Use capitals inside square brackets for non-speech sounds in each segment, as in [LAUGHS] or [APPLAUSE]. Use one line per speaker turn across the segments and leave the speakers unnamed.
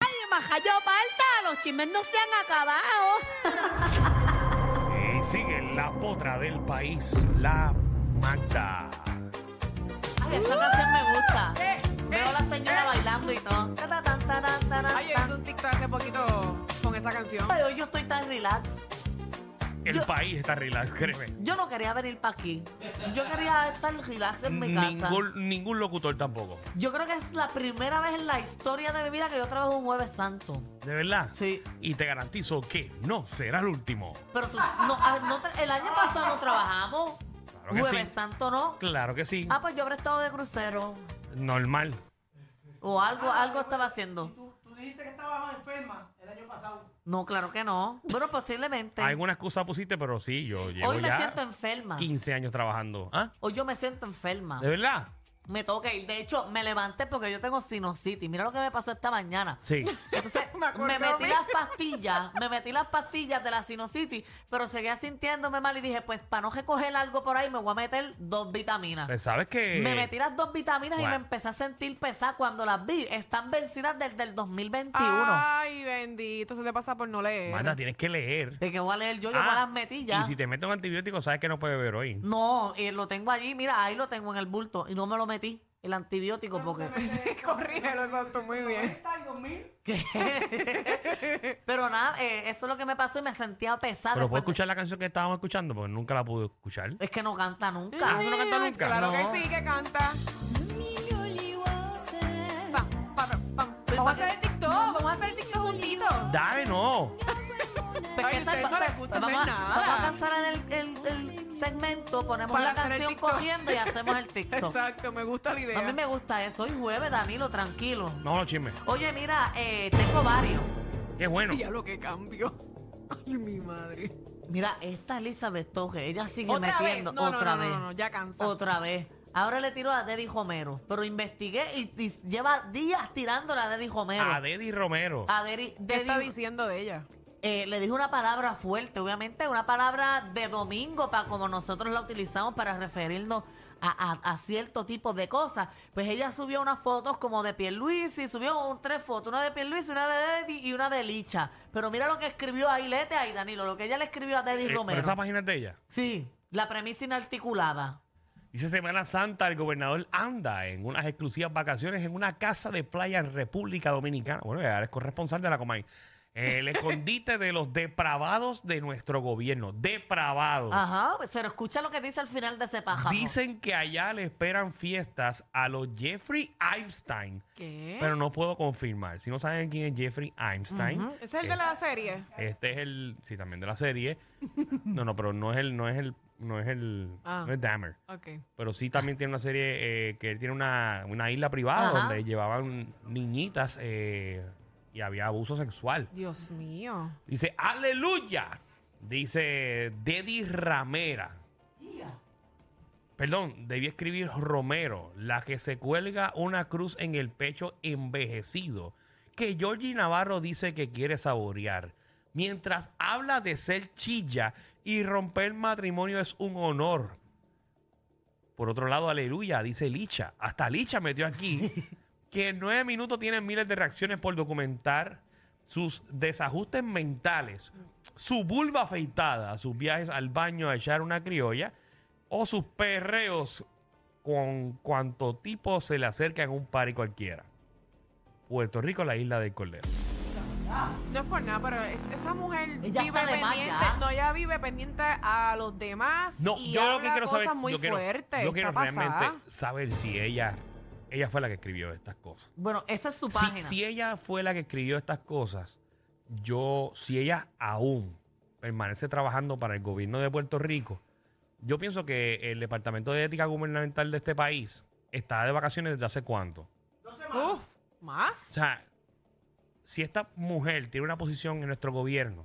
¡Ay, Majayo Palta! ¡Los chismes no se han acabado!
Y Eh, sigue la potra del país, la Magda.
Ay, esa canción me gusta. Veo a la señora bailando y todo. Tatatán, tarán, tarán,
Ay, yo hice un TikTok hace poquito con esa canción.
Ay, hoy yo estoy tan relax.
El
Yo-
país está relax, créeme.
Yo no quería venir para aquí. Yo quería estar relax en mi casa.
Ningún, ningún locutor tampoco.
Yo creo que es la primera vez en la historia de mi vida que yo trabajo un jueves santo.
¿De verdad?
Sí.
Y te garantizo que no será el último.
Pero tú, no, ah, no tra- el año pasado no trabajamos.
Claro que
jueves
sí.
santo no.
Claro que sí.
Ah, pues yo habré estado de crucero.
Normal.
O algo,
Ah,
algo estaba haciendo. No, claro que no. Bueno, posiblemente.
Alguna excusa pusiste, pero sí, yo llevo
Hoy me
ya
siento enferma.
15 años trabajando. ¿Ah?
Hoy yo me siento enferma.
¿De verdad?
Me tengo que ir. De hecho, me levanté porque yo tengo sinusitis. Mira lo que me pasó esta mañana. [LAUGHS]
Sí.
Entonces,
[LAUGHS] Me acordé
me
a
metí
mí.
las pastillas, me metí las pastillas de la sinusitis, pero seguía sintiéndome mal y dije, pues para no recoger algo por ahí, me voy a meter dos vitaminas.
Pues, ¿Sabes que
Me metí las dos vitaminas y
Bueno.
me empecé a sentir pesada cuando las vi. Están vencidas desde el 2021.
Ay, bendito, se te pasa por no leer.
Magda, tienes que leer.
De que voy a leer yo, yo
Ah,
me las metí ya.
Y si te meto un antibiótico, sabes que no puedes beber hoy.
No, eh, lo tengo allí, mira, ahí lo tengo en el bulto y no me lo metí, el
Ah,
antibiótico, porque...
[LAUGHS] Sí, corrígelo, exacto, muy bien.
¿Qué? [LAUGHS] Pero nada, eh, eso es lo que me pasó y me sentía pesada.
Pero puedo
después de-
escuchar la canción que estábamos escuchando, porque nunca la pude escuchar.
Es que no canta nunca.
Mm.
Ah, eso no canta nunca.
Claro
No.
que sí, que canta. Pam, pam, pam, pam. Vamos a hacer el TikTok, vamos a hacer el TikTok juntitos.
Dale, no.
Pues,
Ay,
¿qué tal?
ustedes no
Va-
les gusta
vamos,
hacer
a,
nada.
vamos a cancelar el, el- el segmento, ponemos
Para
la
hacer el
canción
TikTok.
corriendo y hacemos
[LAUGHS]
el TikTok.
Exacto, me gusta la idea.
A mí me gusta eso. Hoy jueves, Danilo, tranquilo.
No, no chisme.
Oye, mira, eh, tengo varios.
Qué bueno.
Ya lo que cambio. [LAUGHS] Ay, mi madre.
Mira, esta Elizabeth Toge, ella sigue
Otra vez.
metiendo
No, no,
otra
no,
vez.
no, no, ya cansa.
Otra vez. Ahora le tiro a Deddy Homero, pero investigué y, y lleva días tirándole a Deddy Homero.
A Deddy Romero.
A Deddy-
¿Qué está
Deddy-
diciendo de ella?
eh, le dijo una palabra fuerte, obviamente, una palabra de domingo, para como nosotros la utilizamos para referirnos a, a- a cierto tipo de cosas. Pues ella subió unas fotos como de Pierluisi, subió un- tres fotos, una de Pierluisi, una de Deddy y una de Licha. Pero mira lo que escribió ahí, léete ahí, Danilo, lo que ella le escribió a Deddy
Eh, pero
Romero.
esa página es de ella.
Sí, la premisa inarticulada.
Dice Semana Santa, el gobernador anda en unas exclusivas vacaciones en una casa de playa en República Dominicana. Bueno, ya eres corresponsal de la Comay. Eh,
[LAUGHS]
El escondite de los depravados de nuestro gobierno. Depravados.
Ajá, pues, pero escucha lo que dice al final de ese pájaro.
Dicen que allá le esperan fiestas a los Jeffrey Einstein.
¿Qué?
Pero no puedo confirmar. Si no saben quién es Jeffrey Einstein,
¿Ese es el de la serie?
Este es el, sí, también de la serie. No, no, pero no es el, no es el, no es el,
Ah.
no es Dahmer.
Ok.
Pero sí también tiene una serie eh, que él tiene una, una isla privada
Ajá.
donde llevaban niñitas eh, y había abuso sexual.
Dios mío.
Dice, aleluya, dice Deddy Ramera. Perdón, debí escribir Romero, la que se cuelga una cruz en el pecho envejecido, que Georgie Navarro dice que quiere saborear. Mientras habla de ser chilla y romper matrimonio es un honor. Por otro lado, aleluya, dice Licha. Hasta Licha metió aquí que en nueve minutos tienen miles de reacciones por documentar sus desajustes mentales, su vulva afeitada, sus viajes al baño a echar una criolla o sus perreos con cuanto tipo se le acerca en un party cualquiera. Puerto Rico, la isla del Cordero.
No es por nada, pero es- esa mujer
Ella
vive
está de más
pendiente.
ya.
No, ella vive pendiente a los demás.
No,
y
yo lo
habla
que quiero
cosas
saber,
muy
yo quiero,
fuertes.
yo quiero
Está
realmente
pasada.
saber si ella, ella fue la que escribió estas cosas.
Bueno, esa es su
Si-
página.
Si, ella fue la que escribió estas cosas, yo, si ella aún permanece trabajando para el gobierno de Puerto Rico, yo pienso que el Departamento de Ética Gubernamental de este país está de vacaciones desde hace cuánto.
Uf,
O
¿más?
sea, si esta mujer tiene una posición en nuestro gobierno,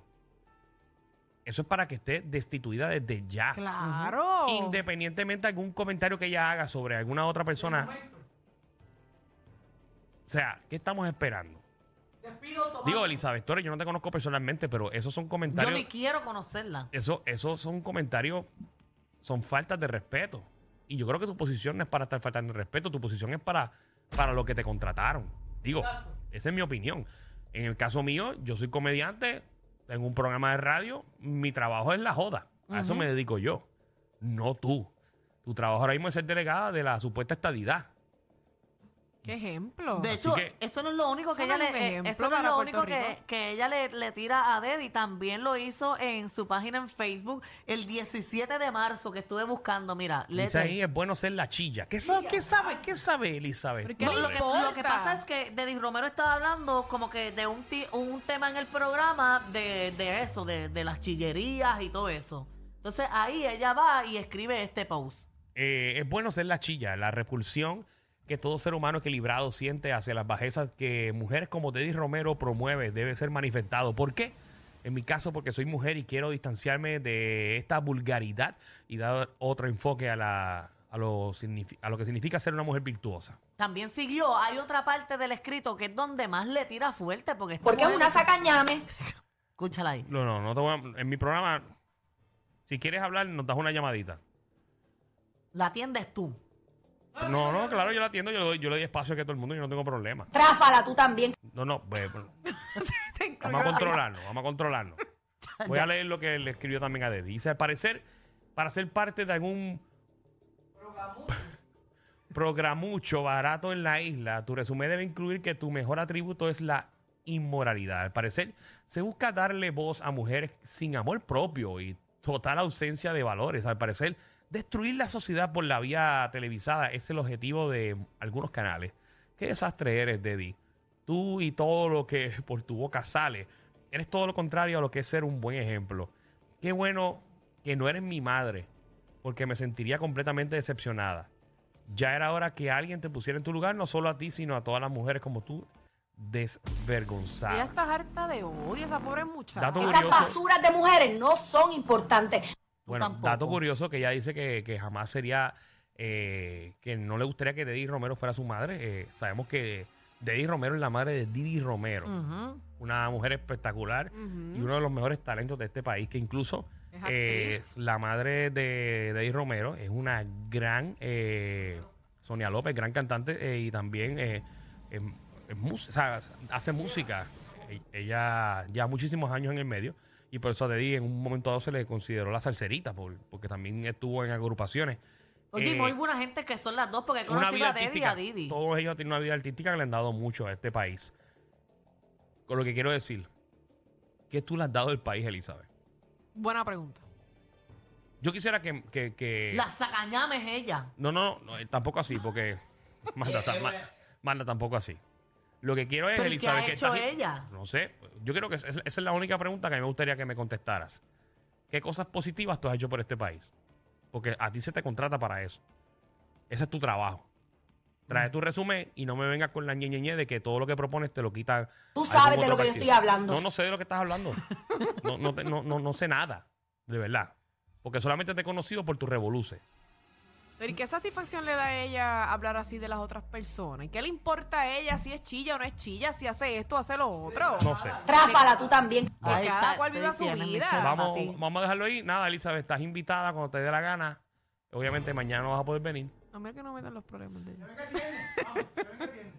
eso es para que esté destituida desde ya.
Claro.
Independientemente de algún comentario que ella haga sobre alguna otra persona. O sea, ¿qué estamos esperando? Digo, Elizabeth Torres, yo no te conozco personalmente, pero esos son
Yo
comentarios.
ni quiero conocerla.
Eso, esos son comentarios, son faltas de respeto. Y yo creo que tu posición no es para estar faltando el respeto, tu posición es para, para lo que te contrataron. Digo, esa es mi opinión. En el caso mío, yo soy comediante, tengo un programa de radio, mi trabajo es la joda. A eso me dedico yo, no tú. Tu trabajo ahora mismo es ser delegada de la supuesta estadidad.
Qué ejemplo.
De hecho,
que-
eso no es lo único que
Eso
ella
no es un
le, eh,
ejemplo
eso no es
para
lo
Puerto
único que,
Rico.
que ella le, le tira a Deddy. También lo hizo en su página en Facebook el 17 de marzo, que estuve buscando. Mira,
Dice
léete.
ahí, es bueno ser la chilla. ¿Qué sabe, qué sabe, qué sabe Elizabeth?
Porque
No,
¿Qué le
lo, que,
importa?
lo que pasa es que Deddy Romero estaba hablando como que de un, ti- un tema en el programa de, de eso, de, de las chillerías y todo eso. Entonces ahí ella va y escribe este post.
Eh, es bueno ser la chilla, la repulsión que todo ser humano equilibrado siente hacia las bajezas que mujeres como Teddy Romero promueve debe ser manifestado. ¿Por qué? En mi caso, porque soy mujer y quiero distanciarme de esta vulgaridad y dar otro enfoque a, la, a, lo, signifi- a lo que significa ser una mujer virtuosa.
También siguió, hay otra parte del escrito que es donde más le tira fuerte porque esta
Porque es
mujer-
una sacañame.
Escúchala ahí.
No, no, no te voy a- En mi programa, si quieres hablar, nos das una llamadita.
La atiendes tú.
No, no, claro, yo la atiendo, yo le doy, yo le doy espacio aquí a todo el mundo, yo no tengo problema.
Tráfala tú también.
No, no, ve-
Te incluyo
Vamos a
a ti.
controlarnos, vamos a controlarnos. Voy a leer lo que le escribió también a Deddy. Dice, al parecer, para ser parte de algún programucho barato en la isla, tu resumen debe incluir que tu mejor atributo es la inmoralidad. Al parecer, se busca darle voz a mujeres sin amor propio y total ausencia de valores. Al parecer, destruir la sociedad por la vía televisada es el objetivo de algunos canales. Qué desastre eres, Deddy. Tú y todo lo que [LAUGHS] por tu boca sale. Eres todo lo contrario a lo que es ser un buen ejemplo. Qué bueno que no eres mi madre, porque me sentiría completamente decepcionada. Ya era hora que alguien te pusiera en tu lugar, no solo a ti, sino a todas las mujeres como tú,
Ella
desvergonzada.
está harta de odio, esa pobre muchacha.
Dato
Esas
curioso.
basuras de mujeres no son importantes.
Bueno,
tampoco.
dato curioso que ella dice que, que jamás sería, eh, que no le gustaría que Deddy Romero fuera su madre. Eh, sabemos que Deddy Romero es la madre de Didi Romero,
Ujú.
una mujer espectacular
Ujú.
y uno de los mejores talentos de este país, que incluso
Es
eh,
actriz.
la madre de Deddy Romero es una gran, eh, Sonia López, gran cantante eh, y también eh, em- em mus- o sea, hace música. E- Ella ya muchísimos años en el medio y por eso a Deddy en un momento dado se le consideró la salserita, por- porque también estuvo en agrupaciones.
Oye,
Eh,
hay alguna gente que son las dos porque he
una
conocido
vida
a Deddy y
artística.
a Didi.
Todos ellos tienen una vida artística que le han dado mucho a este país. Con lo que quiero decir, ¿qué tú le has dado al país, Elizabeth?
Buena pregunta.
Yo quisiera que... que- que-
La sacañame es ella.
No, no, no, eh, tampoco así,
[LAUGHS]
porque manda, ta- ma- manda tampoco así. Lo que quiero es,
¿Pero qué
Elizabeth,
ha
que
hecho
estás-
ella?
No sé, yo creo que es- esa es la única pregunta que a mí me gustaría que me contestaras. ¿Qué cosas positivas tú has hecho por este país? Porque a ti se te contrata para eso. Ese es tu trabajo. Trae tu resumen y no me vengas con la ñeñeñe de que todo lo que propones te lo quita.
Tú
algún
sabes de
otro
lo que yo
partido.
estoy hablando.
No, no sé de lo que estás hablando. No, no, te- no, no, no sé nada, de verdad. Porque solamente te he conocido por tu revoluce.
Pero ¿y qué satisfacción le da a ella hablar así de las otras personas? ¿Y qué le importa a ella si es chilla o no es chilla, si hace esto o hace lo otro?
No sé.
Ah, Tráfala tú también.
Porque
Ahí
cada cual
ahí
viva su
tienes,
vida.
Michelle,
Vamos,
Mati.
vamos a dejarlo ahí. Nada, Elizabeth, estás invitada cuando te dé la gana. Obviamente mañana no vas a poder venir.
A mí es que no me dan los problemas de ella.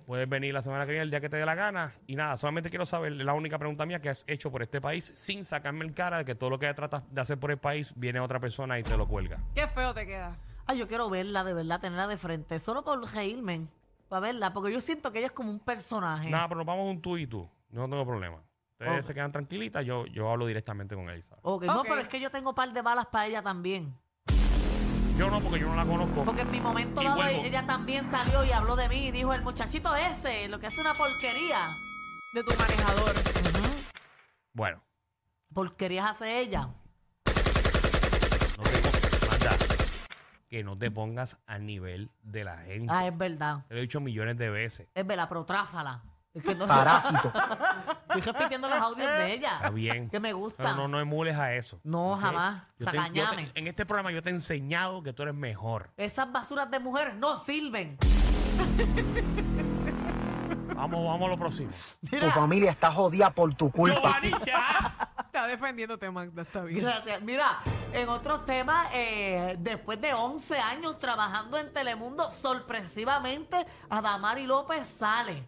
Puedes venir la semana que viene, el día que te dé la gana. Y nada, solamente quiero saber la única pregunta mía que has hecho por este país sin sacarme el cara de que todo lo que tratas de hacer por el país viene otra persona y te lo cuelga.
Qué feo te queda.
Ay, yo quiero verla de verdad, tenerla de frente, solo por reírme, para verla, porque yo siento que ella es como un personaje.
Nada, pero nos vamos un tú y tú. Yo no tengo problema. Ustedes
Ok.
se quedan tranquilitas, yo, yo hablo directamente con Elizabeth.
Ok, No,
Ok.
pero es que yo tengo un par de balas para ella también.
Yo no, porque yo no la conozco.
Porque en mi momento
Y
dado
vuelvo.
ella también salió y habló de mí y dijo, el muchachito ese, lo que hace una porquería.
De tu manejador.
Bueno,
Porquerías hace ella.
no te pongas, Magda, que no te pongas a nivel de la gente.
Ah, es verdad.
Te lo he dicho millones de veces.
Es verdad, pero tráfala. Que no-
Parásito.
[LAUGHS] Estoy repitiendo los audios de ella.
Está bien.
Que me
No,
gustan.
no, no emules a eso.
No,
¿ok?
jamás.
Yo te- yo te-
Sacañame.
en este programa yo te he enseñado que tú eres mejor.
Esas basuras de mujeres no sirven.
Vamos, vamos a lo próximo.
Tu
Mira,
familia está jodida por tu culpa.
Giovanni,
[LAUGHS]
ya.
Está defendiéndote, Magda, está bien.
gracias. Mira, en otros temas, eh, después de 11 años trabajando en Telemundo, sorpresivamente, Adamari López sale.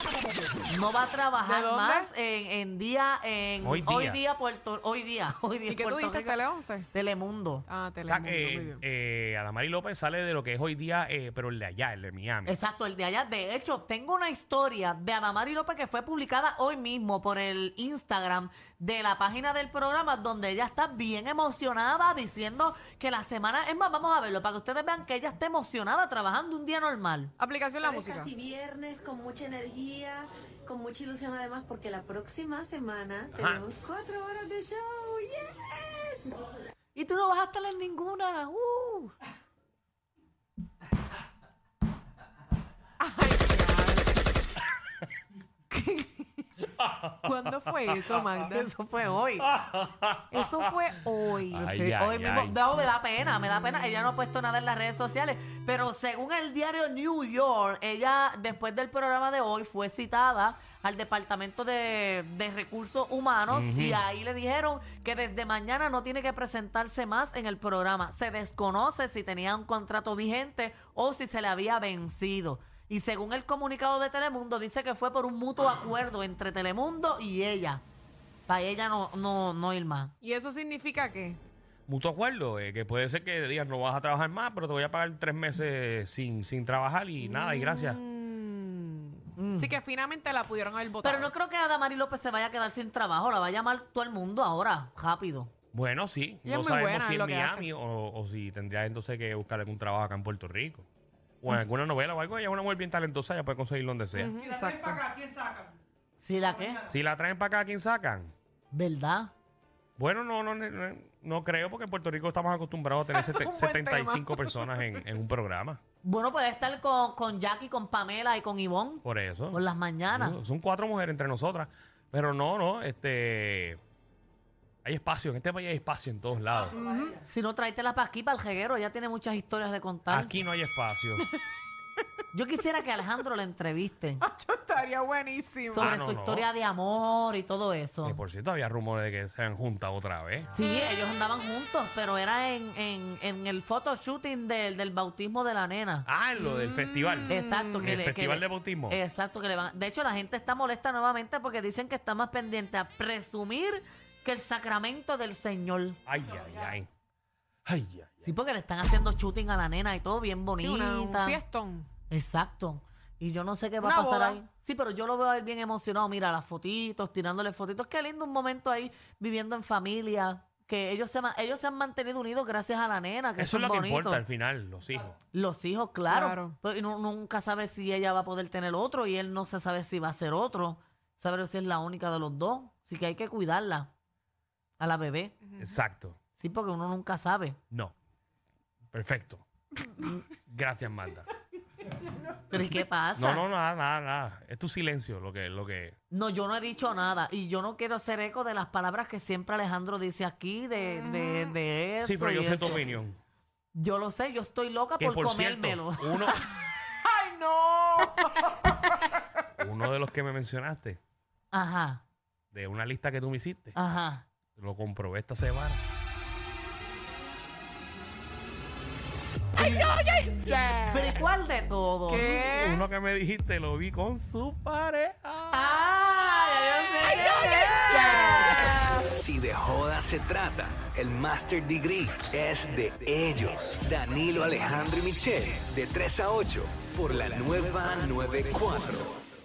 No va a trabajar
¿De dónde?
más en, en día, en
Hoy día.
Puerto, hoy día, [LAUGHS] hoy día
¿Y qué tú
Puerto
dijiste,
Rico.
Tele 11?
Telemundo.
Ah,
O
Telemundo,
sea,
muy
eh,
bien.
eh, Adamari López sale de lo que es hoy día, eh, pero el de allá, el de Miami.
Exacto, el de allá. De hecho, tengo una historia de Adamari López que fue publicada hoy mismo por el Instagram de la página del programa, donde ella está bien emocionada diciendo que la semana. Es más, vamos a verlo para que ustedes vean que ella está emocionada trabajando un día normal.
Aplicación La
Jueves,
Música.
así viernes con mucha energía, con mucha ilusión además, porque la próxima semana
Ajá.
tenemos cuatro horas de show. ¡Yes!
Y tú no vas a estar en ninguna. ¡Uh! [LAUGHS]
¿Cuándo fue eso, Magda?
Eso fue hoy.
Eso fue hoy.
Ay,
Sí,
ay,
hoy mismo,
ay.
no, me da pena, me da pena. Ella no ha puesto nada en las redes sociales. Pero según el diario New York, ella después del programa de hoy fue citada al Departamento de, de Recursos Humanos y ahí le dijeron que desde mañana no tiene que presentarse más en el programa. Se desconoce si tenía un contrato vigente o si se le había vencido. Y según el comunicado de Telemundo, dice que fue por un mutuo acuerdo entre Telemundo y ella. Para ella no, no, no ir más.
¿Y eso significa qué?
Mutuo acuerdo, eh, que puede ser que digas no vas a trabajar más, pero te voy a pagar tres meses sin, sin trabajar y nada, y gracias.
Mm. Así que finalmente la pudieron haber votado.
Pero no creo que Adamari López se vaya a quedar sin trabajo. La va a llamar todo el mundo ahora, rápido.
Bueno, sí,
Ella es
no
muy
sabemos si
buena en
en
lo que hace.
Miami o, o si tendrías entonces que buscar algún trabajo acá en Puerto Rico. O en alguna novela o algo, ella es una mujer bien talentosa, ella puede conseguir donde sea.
Ujú, Exacto.
¿Sí la qué?
Si la traen para acá, ¿a quién sacan?
¿Verdad?
Bueno, no, no, no, no creo, porque en Puerto Rico estamos acostumbrados a tener
[LAUGHS] Es un
sete-
buen
75 personas en, en un programa.
Bueno, puede estar con, con Jackie, con Pamela y con Ivonne
Por eso.
por las mañanas.
Son cuatro mujeres entre nosotras. Pero no, no, este. Hay espacio, en este país hay espacio en todos lados.
Si no, tráetela para aquí, para el reguero. Ella tiene muchas historias de contar.
Aquí no hay espacio.
Yo quisiera que Alejandro
[LAUGHS]
la entreviste
Yo estaría buenísimo.
sobre
Ah, no,
su
no.
historia de amor y todo eso.
Y Eh, por cierto, había rumores de que se han juntado otra vez.
Sí, ellos andaban juntos, pero era en, en, en el photoshooting del, del bautismo de la nena.
Ah, en lo del
Mm,
festival.
Exacto.
El festival de bautismo.
Exacto, que le van. De hecho, la gente está molesta nuevamente porque dicen que está más pendiente a presumir que el sacramento del Señor.
Ay, ay, ay. Ay, ay.
Sí, porque le están haciendo shooting a la nena y todo bien
Sí,
bonita.
una- un fiestón.
Exacto. Y yo no sé qué va
Una
a pasar
boda.
ahí. Sí, pero yo lo veo a él bien emocionado. Mira, las fotitos, tirándole fotitos. Qué lindo un momento ahí viviendo en familia. Que ellos se, ma- ellos se han mantenido unidos gracias a la nena. Que
Eso es lo que
bonito.
importa al final, los hijos.
Los hijos, claro.
Claro.
Pues, y nu- nunca sabe si ella va a poder tener otro y él no se sabe si va a ser otro. Sabe si es la única de los dos. Así que hay que cuidarla a la bebé.
Exacto.
Sí, porque uno nunca sabe.
No.
[LAUGHS]
Perfecto. Gracias, Marta.
Pero ¿y qué pasa?
[LAUGHS] No, no, nada, nada, nada. Es tu silencio lo que, lo que,
No, yo no he dicho nada y yo no quiero hacer eco de las palabras que siempre Alejandro dice aquí de, de, de eso.
Sí, pero yo
y
sé tu
eso.
opinión.
Yo lo sé, yo estoy loca
Que
por,
por cierto,
comérmelo.
uno,
[LAUGHS] ¡Ay, no!
[LAUGHS] uno de los que me mencionaste,
Ajá,
de una lista que tú me hiciste,
ajá.
lo comprobé esta semana.
Pero ¿y cuál de todos?
¿Qué?
Uno que me dijiste lo vi con su pareja.
Ah, ya yo sé quién es.
Si de joda se trata, el Master Degree es de ellos. Danilo, Alejandro y Michelle, de 3 a 8, por la nueva 94.